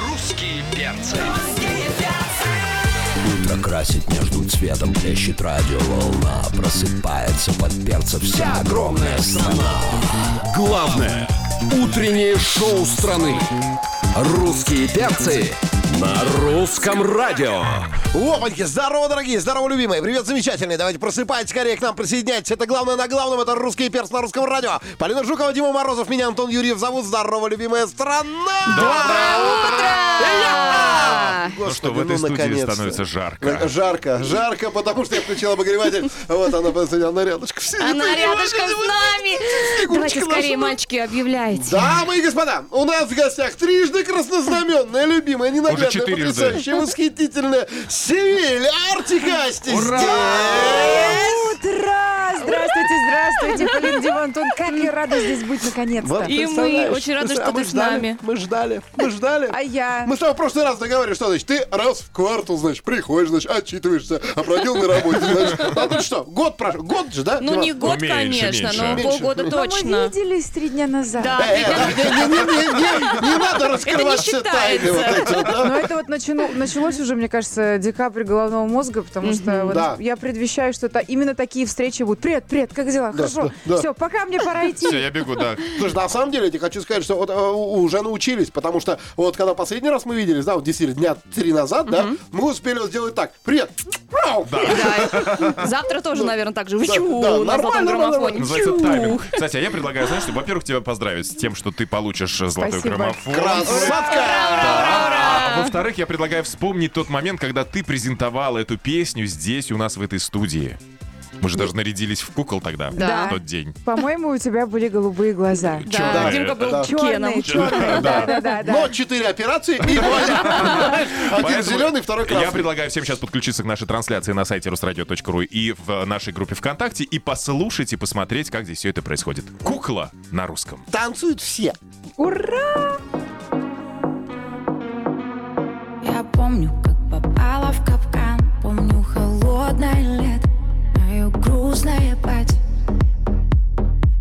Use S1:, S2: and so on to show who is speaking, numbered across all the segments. S1: Русские перцы.
S2: Утро красит между цветом, плещет радиоволна Просыпается под перца вся огромная страна
S3: Главное утреннее шоу страны. Русские перцы на русском радио.
S4: Опаньки, здорово, дорогие, здорово, любимые. Привет, замечательные. Давайте просыпайтесь скорее к нам, присоединяйтесь. Это главное на главном, это русский перс на русском радио. Полина Жукова, Дима Морозов, меня Антон Юрьев зовут. Здорово, любимая страна!
S5: Доброе утро!
S4: Господи,
S6: Ну что, в этой студии
S4: наконец-то. Ну,
S6: становится жарко.
S4: Жарко, жарко, потому что я включил обогреватель. Вот она, посмотрите, она рядышком сидит.
S5: Она
S4: Понимаете,
S5: рядышком с
S4: вот
S5: нами. ну. Давайте
S4: наша.
S5: скорее, мальчики, объявляйте.
S4: Дамы и господа, у нас в гостях трижды краснознаменная, любимая, ненаглядная,
S6: Уже четырежды.
S4: потрясающая, восхитительная Севиль Артикасти.
S7: Утро! Здравствуйте, здравствуйте, Полин Диван. Антон, как я рада здесь быть наконец-то.
S5: И мы очень рады, что ты с нами.
S4: а Мы ждали, мы ждали.
S7: А я?
S4: Мы с тобой в прошлый раз договорились, что, значит, ты раз в квартал, значит, приходишь, значит, отчитываешься, обродил на работе, значит. А тут что, год прошел, год же, да?
S5: Ну,
S4: Диман?
S5: не год,
S6: меньше,
S5: конечно,
S6: меньше.
S5: но
S4: Меньше.
S5: полгода
S7: Но мы
S5: точно.
S7: виделись три дня назад.
S5: Да,
S4: Э, э, Не, не, не, не, не надо раскрывать все тайны.
S5: считается.
S4: вот эти вот, да?
S7: Но это вот начину- началось уже, мне кажется, декабрь головного мозга, потому что вот
S4: Да.
S7: я предвещаю, что та- именно такие встречи будут. Привет, привет, как дела? Хорошо.
S4: да, да.
S7: Все, пока мне пора
S6: Все,
S7: идти.
S6: я бегу, да.
S4: Слушай, на самом деле, я тебе хочу сказать, что вот, э, у- уже научились, потому что вот когда последний раз мы виделись, да, вот действительно дня три назад, да, мы успели вот сделать так. Привет! Рау!
S5: Да. Завтра тоже, наверное, так же. Вчу,
S4: да,
S5: на золотом
S4: нормально,
S5: граммофоне.
S6: Называется
S5: Вчу.
S6: тайминг. Кстати, а я предлагаю, знаешь, что, во-первых, тебя поздравить с тем, что ты получишь э, золотой
S7: Спасибо.
S6: граммофон.
S4: Красотка!
S6: А, а во-вторых, я предлагаю вспомнить тот момент, когда ты презентовала эту песню здесь, у нас в этой студии. Мы же даже нарядились в кукол тогда,
S5: Да.
S6: в тот день.
S7: По-моему, у тебя были голубые глаза.
S5: Да, Димка был Кеном.
S7: Черные, черные, да, да, да. да.
S4: Но четыре операции и вуаля! Один
S6: Поэтому
S4: зеленый, второй
S6: Я
S4: красный.
S6: предлагаю всем сейчас подключиться к нашей трансляции на сайте русрадио.ру и в нашей группе ВКонтакте и послушать и посмотреть, как здесь все это происходит. Кукла на русском.
S4: Танцуют все.
S7: Ура!
S8: Я помню, как попала в капкан Помню холодное лето Мое грустное платье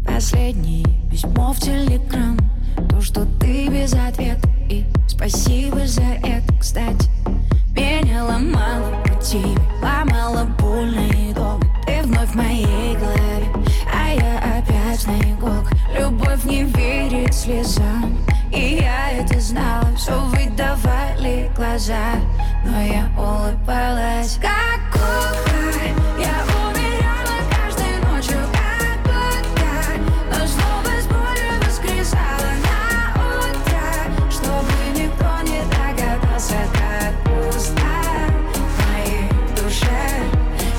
S8: Последнее письмо в телеграм То, что ты без ответа И спасибо за это, кстати Меня ломало по тебе Ломало больно и долго Ты вновь в моей голове А я опять на иголках Любовь не верит слезам И я это знала Все выдавали глаза Но я улыбалась Как кукла Я умирала каждой ночью Как будто Но снова с болью воскресала На утро Чтобы никто не догадался Как пусто в моей душе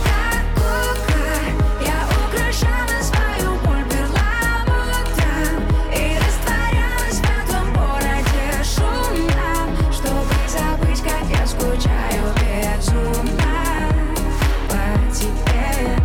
S8: Как кукла Я украшала свою боль перламутром И растворялась в этом городе шумном Чтобы забыть, как я скучаю безумно По тебе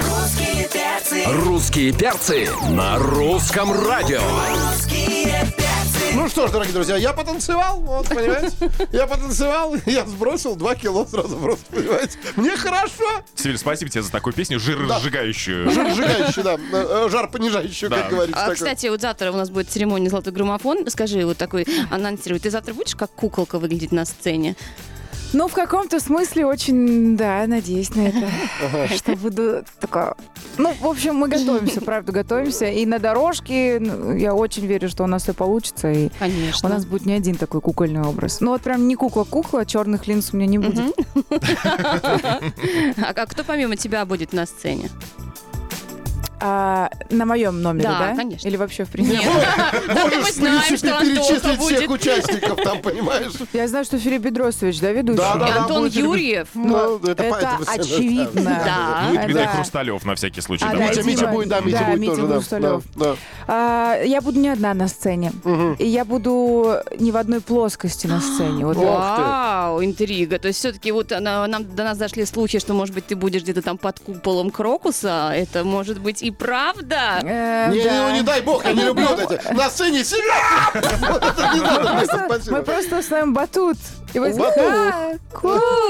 S8: Русские перцы
S3: Русские перцы на русском радио.
S8: Русские перцы
S4: Ну что ж, дорогие друзья, я потанцевал, вот, понимаете? Я потанцевал, я сбросил 2 кило сразу просто, понимаете? Мне хорошо.
S6: Севель, спасибо тебе за такую песню,
S4: Да.
S6: жиросжигающую.
S4: Жир сжигающий, да, э, жар понижающий,
S6: Да.
S4: как говорится.
S5: А,
S4: такой.
S5: кстати, вот завтра у нас будет церемония «Золотой граммофон». Скажи, вот такой анонсировать. Ты завтра будешь как куколка выглядеть на сцене?
S7: Ну, в каком-то смысле очень, да, надеюсь на это, что буду такая... Ну, в общем, мы готовимся, правда, готовимся. И на дорожке ну, я очень верю, что у нас все получится, и у
S5: Конечно.
S7: нас будет не один такой кукольный образ. Ну, вот прям не кукла-кукла, черных линз у меня не будет.
S5: А, а кто помимо тебя будет на сцене?
S7: А, на моем номере,
S5: Да,
S7: да?
S5: конечно.
S7: Или вообще, в принципе?
S5: мы
S4: Можешь, в
S5: знаем,
S4: принципе,
S5: что Антоха
S4: перечислить всех
S5: будет.
S4: участников там, понимаешь?
S7: Я знаю, что Филипп Бедросович, да, ведущий?
S4: Да,
S5: И
S4: да,
S5: Антон
S4: будет ребят-
S5: Юрьев.
S4: Ну, это
S7: это
S4: поэтому всё, да.
S7: очевидно.
S5: Да.
S6: Будет Виталий
S7: Да.
S6: Хрусталев на всякий случай.
S7: А,
S6: да?
S7: да,
S4: Митя,
S7: Дима.
S4: Митя будет, А, да, Митя
S7: Да,
S4: будет
S7: Митя
S4: тоже, да,
S7: Хрусталев.
S4: да.
S7: А, я буду не одна на сцене. И я буду не в одной плоскости на сцене. Вот так.
S5: Вау, интрига. То есть все-таки вот она- нам, до нас дошли слухи, что, может быть, ты будешь где-то там под куполом Крокуса. Это может быть и правда.
S7: Э,
S4: Не,
S7: да.
S4: ну, не дай бог, я не люблю вот эти. На сцене сидят! Вот это не надо,
S7: Просто-
S4: спасибо.
S7: мы просто установим батут И вы знаете,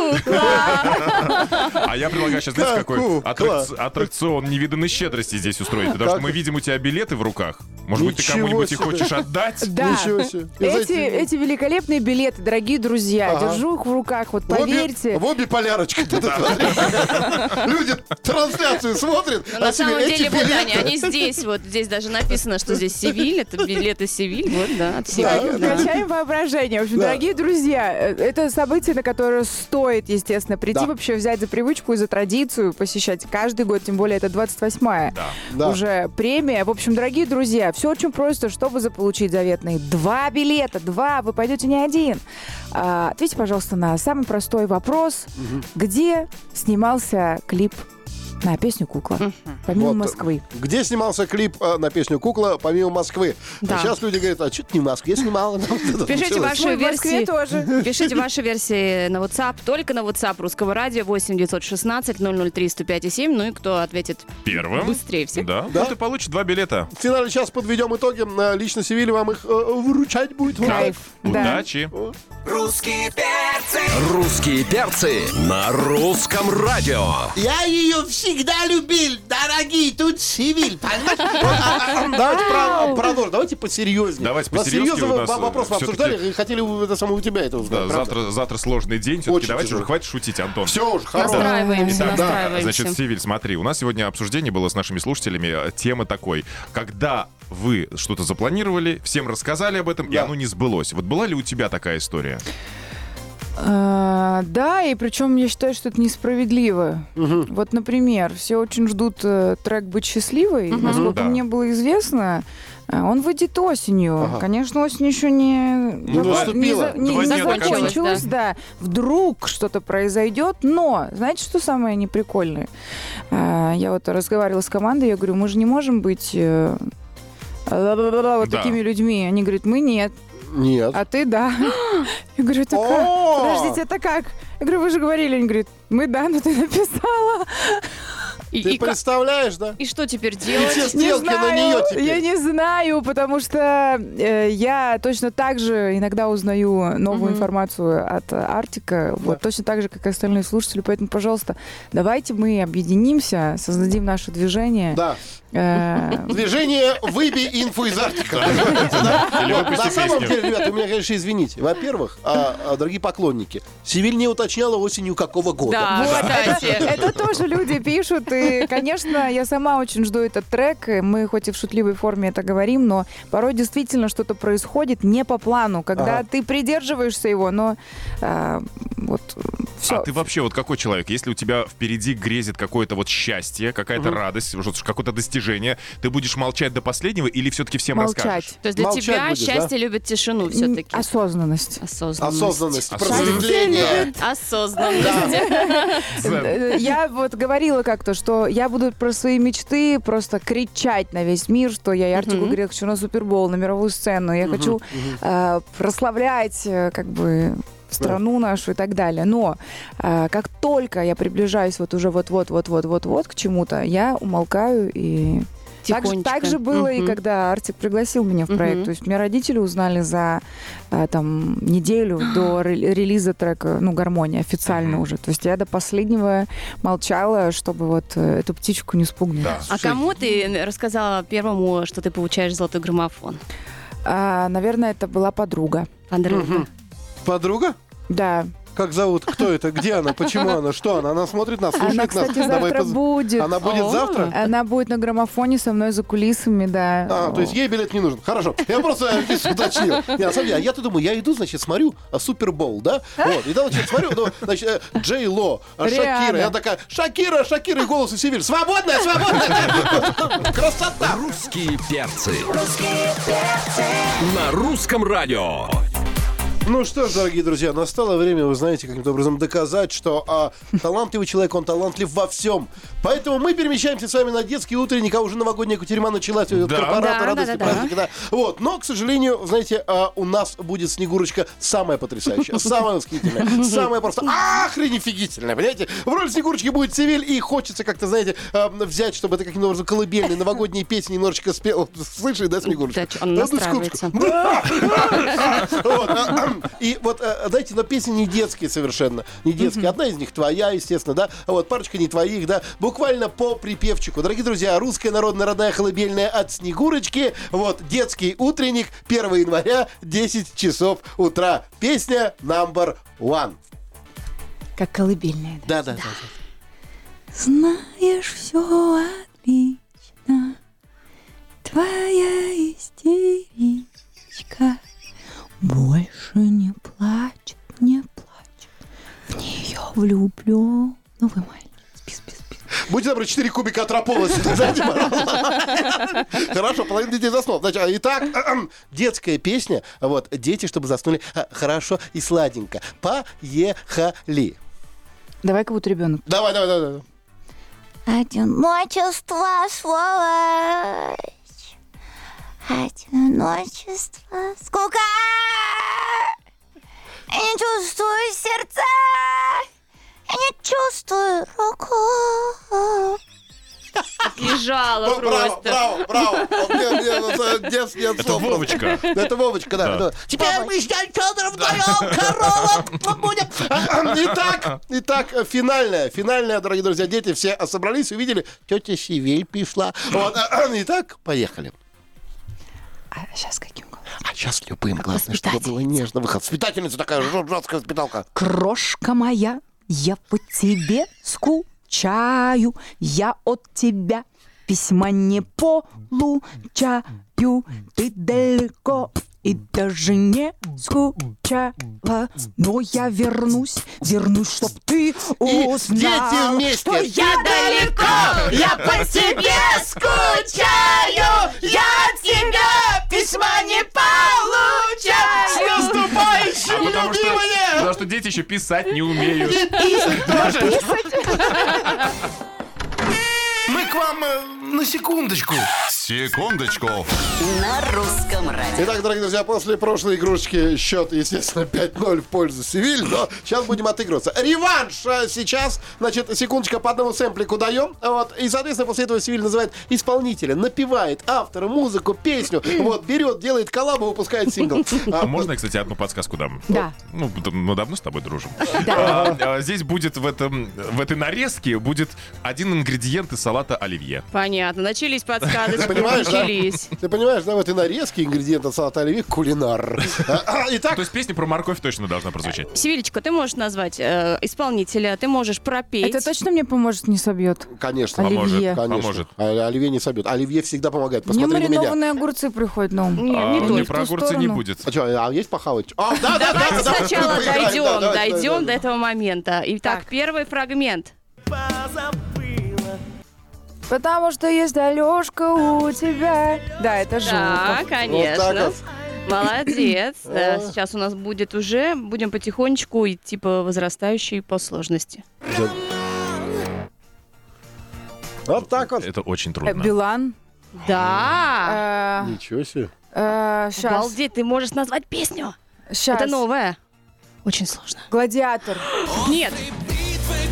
S5: Кукла.
S6: А я предлагаю сейчас, знаете, какой
S4: Каку,
S6: аттракци- аттракцион невиданной щедрости здесь устроить. Потому что мы видим у тебя билеты в руках. Может быть, ты
S4: Ничего
S6: кому-нибудь их
S4: себе.
S6: хочешь отдать?
S7: Да.
S4: Ничего себе. И
S7: Эти,
S4: знаете,
S7: эти великолепные билеты, дорогие друзья,
S4: Ага.
S7: держу их в руках, вот
S4: в обе-
S7: поверьте.
S4: В обе полярочки. Ты смотри. Люди трансляцию смотрят,
S5: Но
S4: а
S5: На
S4: тебе
S5: самом
S4: эти
S5: деле, вот они,
S4: билеты.
S5: они здесь, вот здесь даже написано, что здесь Севиль, это билеты Севиль, вот, да, от Севиль, да.
S7: Качаем воображение. В общем,
S4: Да.
S7: дорогие друзья, э, это событие, на которое стоит, естественно, прийти,
S4: Да.
S7: вообще взять за привычку и за традицию посещать каждый год, тем более это 28-я
S4: Да.
S7: уже премия. В общем, дорогие друзья, все очень просто, чтобы заполучить заветные два билета, два, вы пойдете не один. А, ответьте, пожалуйста, на самый простой вопрос. Где снимался клип на песню «Кукла», помимо
S4: Вот.
S7: Москвы?
S4: Где снимался клип э, на песню «Кукла» помимо Москвы?
S5: Да.
S4: А сейчас люди говорят, а что ты не в Москве снимала?
S5: Пишите ваши
S7: Ну, и в Москве
S5: версии.
S7: тоже.
S5: Пишите ваши версии на WhatsApp, только на WhatsApp русского радио 8 916 003 105 7. Ну и кто ответит
S6: Первым.
S5: быстрее всех.
S6: Да,
S4: Да.
S6: вот и получишь два билета.
S4: В финале сейчас подведем итоги. Э, Лично Севиль вам их э, вручать будет. Вот
S7: Кайф. Да.
S6: Удачи.
S3: Русские перцы. Русские перцы на русском радио.
S1: Я ее всегда любил, дорогие, тут Сивиль,
S4: так. а, Давайте про- продолжим. Давайте посерьезнее.
S6: Давайте
S4: У нас
S6: посерьезнее,
S4: серьезный
S6: у нас,
S4: во- вопрос мы
S6: э,
S4: обсуждали.
S6: всё-таки-
S4: и Хотели у- это самое у тебя это
S6: Да,
S4: узнать.
S6: завтра, завтра сложный день. Все-таки
S4: Очень
S6: давайте уже
S4: тяжело.
S6: хватит шутить, Антон.
S4: Все уже, хорошо.
S5: Настраиваемся,
S6: Итак,
S5: настраиваемся.
S6: Значит, Сивиль, смотри, у нас сегодня обсуждение было с нашими слушателями. э, Тема такой. Когда вы что-то запланировали, всем рассказали об этом, и
S4: Да.
S6: оно не сбылось. Вот была ли у тебя такая история?
S7: А, Да, и причем я считаю, что это несправедливо. Вот, например, все очень ждут э, трек «Быть счастливой». Насколько
S6: Да.
S7: мне было известно, э, он выйдет осенью.
S4: Ага.
S7: конечно, осень еще не,
S4: Не
S7: зак- не,
S4: наступила.
S7: за- не-
S6: Два
S7: не
S6: дня до
S5: конца.
S7: закончилась. Да. Вдруг что-то произойдет, но знаете, что самое неприкольное? А, Я вот разговаривала с командой, я говорю, мы же не можем быть э, ла-ла-ла-ла, вот
S6: Да.
S7: такими людьми. Они говорят, мы нет,
S4: Нет.
S7: а ты да. Я говорю, это как?
S4: О!
S7: Подождите, это как? Я говорю, вы же говорили. Они говорят, мы да, но ты написала.
S5: И-
S4: Ты
S5: и как-
S4: представляешь, да?
S5: И что теперь
S4: И
S5: делать?
S4: все стрелки на нее
S7: я
S4: ну, теперь.
S7: не знаю, потому что э, я точно так же иногда узнаю новую
S5: Мгм.
S7: информацию от э, Артика, вот точно так же, как и остальные слушатели. Поэтому, пожалуйста, давайте мы объединимся, создадим наше движение.
S4: Да.
S7: Э,
S4: Движение «Выбей инфу из Арктика».
S6: Или
S4: Вот,
S6: выпусти
S4: На самом
S6: песню?
S4: деле, ребята, вы меня, конечно, извините. Во-первых, а, а, дорогие поклонники, Севиль не уточняла осенью какого года.
S5: Да, кстати.
S7: Это тоже люди пишут, и, конечно, я сама очень жду этот трек, и мы хоть и в шутливой форме это говорим, но порой действительно что-то происходит не по плану, когда
S4: Ага.
S7: ты придерживаешься его, но а, вот все.
S6: А ты вообще вот какой человек? Если у тебя впереди грезит какое-то вот счастье, какая-то радость, вот какое-то достижение, ты будешь молчать до последнего или все-таки всем расскажешь?
S7: Молчать.
S5: То есть для
S4: Молчать
S5: тебя
S4: будешь, да?
S5: счастье любит тишину все-таки.
S7: Осознанность.
S4: Осознанность, просветление.
S6: Осознанность.
S5: Осознанность.
S7: Э, Я вот говорила как-то, что я буду про свои мечты просто кричать на весь мир, что я и Артику
S5: Мгм.
S7: Грек хочу на Супербол, на мировую сцену, я хочу э, прославлять э, как бы страну нашу и так далее. Но э, как только я приближаюсь вот уже вот-вот-вот-вот-вот-вот к чему-то, я умолкаю и так же, так же было и
S5: Мгм.
S7: когда Артик пригласил меня в проект.
S5: Мгм.
S7: То есть меня родители узнали за э, там неделю до ре- релиза трека, ну, гармония официально уже. То есть я до последнего молчала, чтобы вот э, эту птичку не спугнуть.
S6: Да.
S5: А кому ты рассказала первому, что ты получаешь золотой граммофон?
S7: А, наверное, это была подруга.
S5: Андрей.
S4: Подруга?
S7: Да.
S4: Как зовут? Кто это? Где она? Почему она? Что она? Она смотрит нас, слушает
S7: Она,
S4: нас.
S7: кстати,
S4: Давай
S7: завтра
S4: поз-
S7: будет.
S4: Она будет
S5: О.
S4: завтра?
S7: Она будет на граммофоне со мной за кулисами, да.
S4: А, то есть ей билет не нужен. Хорошо. Я просто здесь уточнил. Не, на самом деле, а я-то думаю, я иду, значит, смотрю а, Супербол, да? Вот. И там, значит, смотрю, ну, значит, э, Джей Ло, а, Шакира.
S7: Риана.
S4: И она такая, Шакира, Шакира, и голос из Сибирь. Свободная, свободная! Красота!
S2: Русские перцы. На русском радио.
S4: Ну что ж, дорогие друзья, настало время, вы знаете, каким-то образом доказать, что а, талантливый человек, он талантлив во всем. Поэтому мы перемещаемся с вами на детский утренник, а уже новогодняя кутерьма началась, этот
S6: Да.
S4: корпораты,
S5: Да,
S4: радости,
S5: да, да,
S4: праздники, да. Вот, но, к сожалению, знаете, а, у нас будет Снегурочка самая потрясающая, самая восхитительная, самая просто охренефигительная, понимаете? В роли Снегурочки будет Севиль, и хочется как-то, знаете, а, взять, чтобы это каким-то образом колыбельные новогодние песни немножечко спел. Слышишь, да, Снегурочка?
S5: Да, чё, он
S4: Одну секундочку.
S5: настраивается.
S4: Вот, а, И вот, э, знаете, но песни не детские совершенно. Не детские. Одна из них твоя, естественно, да. А вот парочка не твоих, да. Буквально по припевчику. Дорогие друзья, русская народная родная колыбельная от Снегурочки. Вот, детский утренник, 1 января, 10 часов утра. Песня number one.
S7: Как колыбельная. да.
S4: Да-да-да.
S8: Знаешь все отлично, твоя истеричка больше не плачет, не плачет. В нее влюблен новый мальчик. Спи, спи, спи.
S4: Будьте добры, 4 кубика атропола сюда дайте, пожалуйста. Хорошо, половина детей заснула. Значит, а, итак, детская песня. Вот, дети, чтобы заснули а, хорошо и сладенько. Поехали.
S7: Давай-ка вот ребенок.
S4: Давай, давай, давай. давай.
S9: Одиночество сволочь. Одиночество скука. Не чувствую сердца. Не чувствую руку.
S5: Лежала
S4: Браво, браво,
S5: просто.
S4: браво, браво. Вот мне- мне вот, э, дет- нет
S6: Это
S4: слов.
S6: Вовочка.
S4: Это Вовочка, да. да.
S1: Теперь мы с Александром вдвоем корова будем.
S4: Итак, итак, э, финальная, финальная, дорогие друзья, дети все собрались, увидели, тетя Сивель пришла. Вот, э, итак, поехали.
S7: А сейчас каким голосом?
S4: А сейчас любым, главное, чтобы было нежно. Выход. Воспитательница такая, жё- жёсткая воспиталка.
S7: Крошка моя, я по тебе скучаю, я от тебя письма не получаю, ты далеко и даже не скучала, но я вернусь, вернусь, чтоб ты
S4: дети
S7: узнал,
S4: вместе.
S7: что я далеко, я по тебе скучаю, я от тебя письма не получаю.
S6: А, Потому что, потому что дети еще писать не умеют.
S3: Мы к вам э, на секундочку. Секундочку.
S4: Итак, дорогие друзья, после прошлой игрушечки счет, естественно, 5-0 в пользу Севиль, но сейчас будем отыгрываться. Реванш э, сейчас, значит, секундочка по одному сэмплику даем, вот, и, соответственно, после этого Севиль называет исполнителя, напевает автора, музыку, песню, вот, берет, делает коллабу, выпускает сингл.
S6: А
S4: А,
S6: можно я, кстати, одну подсказку дам?
S7: Да.
S6: Ну, потому- мы давно с тобой дружим.
S7: Да.
S6: А, а, Здесь будет в этом, в этой нарезке будет один ингредиент из салата оливье.
S5: Понятно, начались подсказочки,
S4: Понимаешь, да?
S5: начались.
S4: Ты понимаешь, да, в этой нарезке ингредиента салата оливье кулинар. А, а, Итак,
S6: Ну, То есть песня про морковь точно должна прозвучать.
S5: Севилечка, ты можешь назвать э, исполнителя, ты можешь пропеть.
S7: Это точно мне поможет, не собьет?
S4: конечно,
S6: Поможет,
S7: Оливье.
S4: конечно.
S6: поможет.
S4: А, Оливье не собьет. Оливье всегда помогает.
S7: Мне
S4: Посмотри на меня.
S7: маринованные огурцы приходят на ум.
S5: Не, не
S6: А,
S5: точно.
S6: мне про
S7: в ту
S6: огурцы не
S7: сторону.
S6: будет.
S4: А что, а есть похавать? А, да, да,
S5: Давайте
S4: да, да,
S5: сначала
S4: поиграем,
S5: дойдем,
S4: да, давайте,
S5: дойдем до
S4: да,
S5: этого момента. Итак,
S7: Так.
S5: первый фрагмент.
S7: Потому что есть Алешка у тебя. Да, это
S5: Да,
S7: же.
S4: Вот так
S5: конечно.
S4: вот.
S5: Молодец. Да, Сейчас у нас будет уже, будем потихонечку идти по возрастающей по сложности.
S4: Вот так вот.
S6: Это очень трудно.
S7: Э, Билан. Э,
S5: Да.
S7: Сейчас.
S4: Ничего себе.
S7: э,
S5: Обалдеть, ты можешь назвать песню.
S7: Сейчас.
S5: Это новая. Очень сложно.
S7: Гладиатор.
S5: Нет.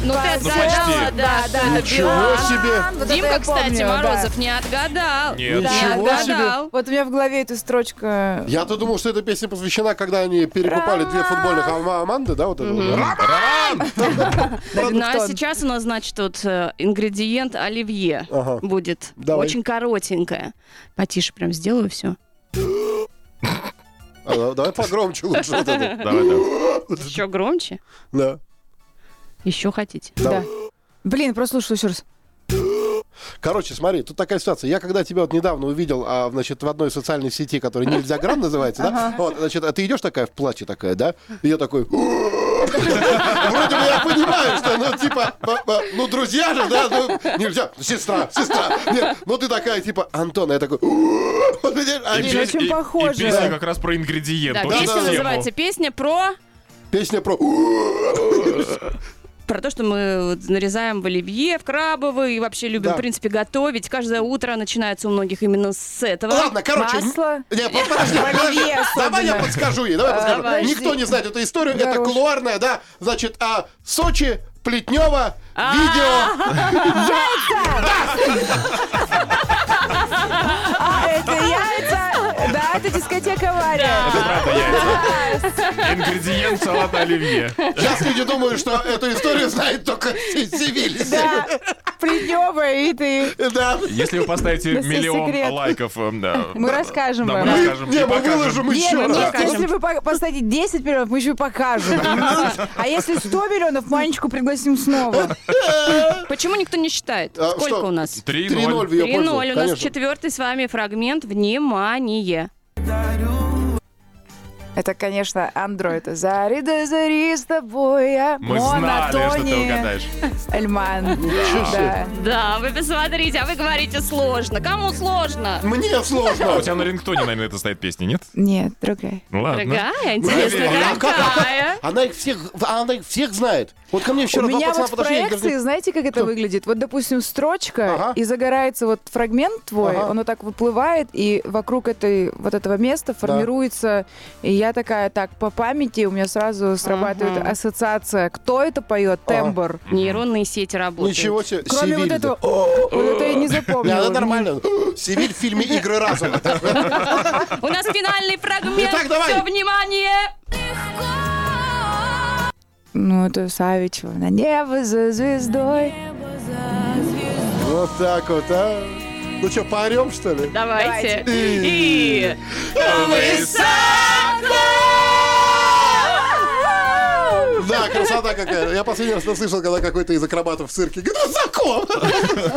S5: Ну ты отгадала, да, да, это
S4: Ничего
S5: Билан.
S4: себе.
S7: Вот это я
S5: Димка, кстати,
S7: помню, да.
S5: Морозов не отгадал.
S6: Нет.
S5: Да,
S4: Ничего
S5: отгадал.
S7: Вот у меня в голове эта строчка.
S4: Я-то думал, что эта песня посвящена, когда они перекупали две футбольных Алма- Аманды, да, вот это вот.
S5: Ну, а
S7: Продуктон.
S5: сейчас у нас, значит, вот э, ингредиент оливье
S4: Ага.
S5: будет.
S4: Давай.
S5: Очень коротенькое. Потише прям сделаю все.
S4: А, да- Давай погромче лучше вот это.
S6: Давай, давай.
S5: Еще громче.
S4: Да.
S5: Еще хотите.
S7: Да. Блин, прослушаю еще раз.
S4: Короче, смотри, тут такая ситуация. Я когда тебя вот недавно увидел, а, значит, в одной социальной сети, которая «Нельзя грамм» называется, да? Вот, значит, а ты идешь такая в плаче такая, да? И я такой... Вроде бы я понимаю, что, ну, типа, а, а, ну, друзья же, да, ну, нельзя, сестра, сестра. Нет, ну, ты такая, типа, Антон, а я такой... Вот, понимаешь, а
S7: Блин,
S6: пес-
S7: очень похоже.
S6: и песня как раз про ингредиент.
S5: Да,
S6: очень
S5: песня
S6: в тему.
S5: называется «Песня про...»
S4: Песня про...
S5: Про то, что мы вот нарезаем в оливье, в крабовые и вообще любим,
S4: Да.
S5: в принципе, готовить. Каждое утро начинается у многих именно с этого.
S4: Ладно, короче...
S7: Масло.
S4: Не, по- подожди, подожди.
S7: Оливье
S4: Давай я
S7: особенно.
S4: подскажу ей, давай подскажу.
S5: Давай.
S4: Никто не знает эту историю, это
S7: Дорожка.
S4: кулуарная, да? Значит, а Сочи, Плетнева, видео.
S7: А, это яйца. Да, это дискотека Варя.
S6: Это правда яйца. Ингредиент салата оливье.
S4: Сейчас люди думают, что эту историю знает только Севилис.
S7: Да, плетневая и ты.
S4: Да.
S6: Если вы поставите
S7: Да все
S6: миллион
S7: секрет.
S6: лайков, эм, да.
S7: Мы расскажем
S6: Да, мы
S7: вам.
S6: расскажем и
S4: Не, мы
S6: покажем.
S4: выложим
S7: Нет, ну,
S4: еще раз.
S7: нет, если вы по- поставите 10 миллионов, мы еще и покажем. А если 100 миллионов, Манечку пригласим снова.
S5: Почему никто не считает?
S4: А,
S5: Сколько
S4: что?
S5: у нас?
S6: 3-0.
S4: в ее
S5: 3-0.
S4: пользу,
S5: У нас
S4: конечно.
S5: четвертый с вами фрагмент. Внимание.
S7: Это, конечно, андроид. Зари да зари с тобой, я
S6: Мы знали, что ты
S7: Монотония.
S6: угадаешь.
S7: Эльман. Да.
S5: Да, вы посмотрите, а вы говорите сложно. Кому сложно?
S4: Мне
S6: А
S4: сложно.
S6: у тебя на рингтоне, наверное, это стоит песня, нет?
S7: Нет, другая.
S6: Ну ладно.
S5: Дорогая, интересно,
S4: А как?
S5: какая?
S4: Она их всех, она их всех знает. Вот ко мне
S7: У
S4: вчера два
S7: меня
S4: пацана
S7: вот в
S4: подошли. я говорю,
S7: проекции, знаете, как это выглядит? Вот, допустим, строчка,
S4: Ага.
S7: и загорается вот фрагмент твой,
S4: Ага.
S7: он вот так выплывает, и вокруг этой, вот этого места формируется, и я такая, так, по памяти у меня сразу срабатывает ассоциация, кто это поет, тембр.
S5: Нейронные сети работают.
S4: Ничего себе.
S7: Кроме
S4: Севиль,
S7: вот
S4: да.
S7: этого, «О, о», вот это я не
S4: Не,
S7: запомнила.
S4: она нормально. Севиль в фильме «Игры разума».
S5: У нас финальный фрагмент.
S4: Итак, давай.
S5: Все, внимание.
S7: Ну, это Савичева. На небо за звездой.
S4: Вот так вот, а? Ну что, поорем, что ли?
S5: Давайте. И...
S4: Да, красота какая. Я последний раз услышал, когда какой-то из акробатов в цирке. говорит, Высоко!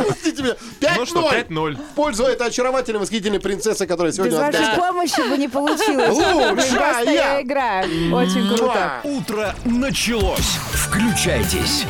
S4: Простите меня.
S6: Ну что,
S4: 5-0.
S6: 5-0.
S4: В пользу этой очаровательной, восхитительной принцессы, которая
S7: Без
S4: сегодня у нас в
S7: вашей
S4: гостях.
S7: помощи бы не получилось.
S4: Лучшая
S7: Просто
S4: я.
S7: я играю. Очень круто.
S2: Утро началось. Включайтесь.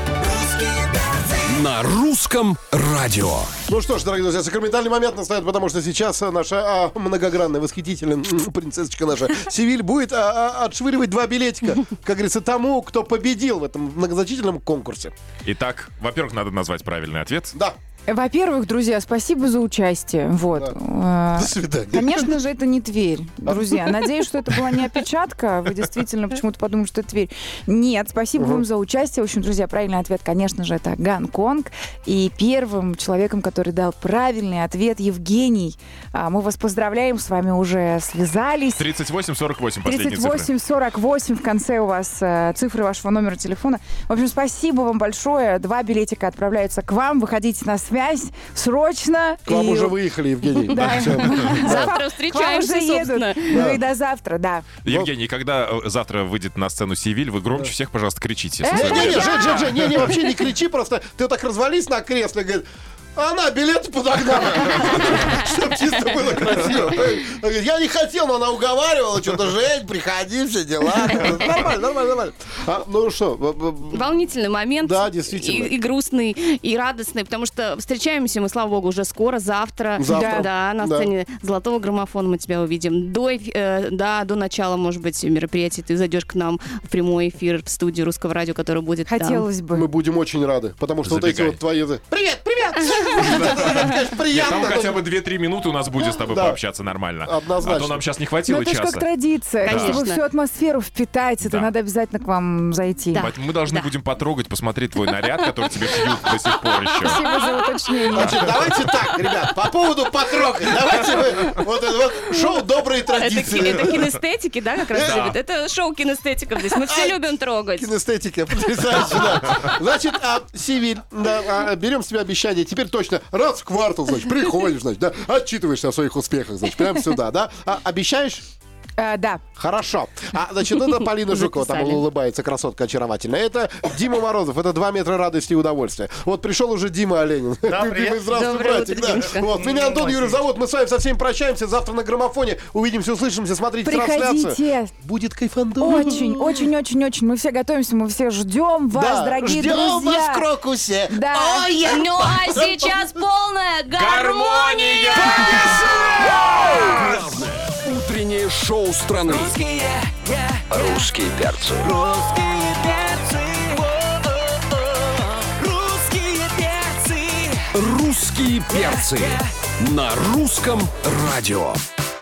S2: На русском радио.
S4: Ну что ж, дорогие друзья, сакраментальный момент настает, потому что сейчас а, наша а, многогранная, восхитительная м, принцессочка наша Севиль будет а, а, отшвыривать два билетика, как говорится, тому, кто победил в этом многозначительном конкурсе.
S6: Итак, во-первых, надо назвать правильный ответ.
S4: Да,
S7: Во-первых, друзья, спасибо за участие. Вот. Э,
S4: до свидания.
S7: Конечно же, это не Тверь, друзья. Надеюсь, что это была не опечатка. а Вы действительно почему-то подумали, что это Тверь. Нет, спасибо вам за участие. В общем, друзья, правильный ответ, конечно же, это Гонконг. И первым человеком, который дал правильный ответ, Евгений. А, Мы вас поздравляем, с вами уже связались.
S6: 38-48 последние цифры.
S7: 38-48 в конце у вас э, цифры вашего номера телефона. В общем, спасибо вам большое. Два билетика отправляются к вам. Выходите на связь срочно.
S4: К вам
S7: И-
S4: уже выехали, Евгений.
S7: Да.
S4: Всё.
S5: Завтра
S7: К вам
S5: встречаемся,
S7: уже едут.
S5: собственно.
S7: Ну и до завтра, да.
S4: Ну,
S6: Евгений, когда э, завтра выйдет на сцену Севиль, вы громче всех, пожалуйста, кричите.
S7: Это
S4: Не, не,
S7: я!
S4: Жень, Жень, Жень, не, не, вообще не кричи, просто ты вот так развались на кресле, говорит, «А она билеты подогнала, чтобы чисто было красиво. Она говорит, Я не хотел, но она уговаривала, что-то, Жень, приходи, все дела. Нормально, нормально, нормально. А, Ну что, б- б-
S5: Волнительный момент.
S4: Да, действительно.
S5: И, и грустный, и радостный, потому что встречаемся мы, слава богу, уже скоро, завтра.
S4: Завтра.
S5: Да, на
S4: Да.
S5: сцене золотого граммофона мы тебя увидим. До, эф- э, да, до начала, может быть, мероприятий ты зайдешь к нам в прямой эфир в студию Русского радио, который будет там.
S7: Хотелось бы.
S4: мы будем очень рады, потому что вот эти
S6: Забегай.
S4: вот твои... Привет, привет! Конечно,
S6: Нет, там хотя
S4: приятно.
S6: бы 2-3 минуты у нас будет с тобой
S4: Да.
S6: пообщаться нормально.
S4: Однозначно.
S6: А то нам сейчас не
S7: Но
S6: хватило
S7: Ну, это же как
S6: часа.
S7: традиция.
S5: Да.
S7: Чтобы
S5: Конечно.
S7: всю атмосферу впитать, это
S6: Да.
S7: надо обязательно к вам зайти.
S5: Да.
S6: Поэтому мы должны
S5: Да.
S6: будем потрогать, посмотреть твой наряд, который тебе шьют до сих пор еще.
S7: Спасибо за уточнение.
S4: Значит, давайте так, ребят, по поводу потрогать. Давайте мы вот это вот шоу «Добрые
S5: Это, ки-
S4: традиции».
S5: это кинестетики, да, как раз
S6: Да.
S5: любят? Это шоу кинестетиков здесь. Мы все любим трогать.
S4: Кинестетика, потрясающе, да. Значит, а, Сивиль, да, а, берем с тебя обещание, теперь точно раз в квартал, значит, приходишь, значит, да, отчитываешься о своих успехах, значит, прямо сюда, да. А, обещаешь?
S7: А, Да.
S4: Хорошо. А, значит, это Полина Жукова, там
S5: Записали.
S4: улыбается, красотка очаровательная. Это Дима Морозов, это 2 метра радости и удовольствия. Вот пришел уже Дима Оленин. Да, привет. Здравствуй,
S5: Доброе
S4: братик.
S5: утро,
S4: да.
S5: Димочка.
S4: Вот, меня Антон Юрьев зовут, мы с вами со всеми прощаемся, завтра на граммофоне увидимся, услышимся, смотрите трансляцию.
S7: Приходите.
S4: Будет кайфандо.
S7: Очень, очень, очень, очень. Мы все готовимся, мы все ждем вас,
S4: Да,
S7: дорогие
S4: ждем
S7: друзья.
S4: вас в Крокусе.
S7: Да.
S4: Ой, я
S5: Ну а сейчас полная гармония!
S2: Главное утреннее шоу страны. Русские, перцы. Русские перцы. Русские перцы. На русском радио.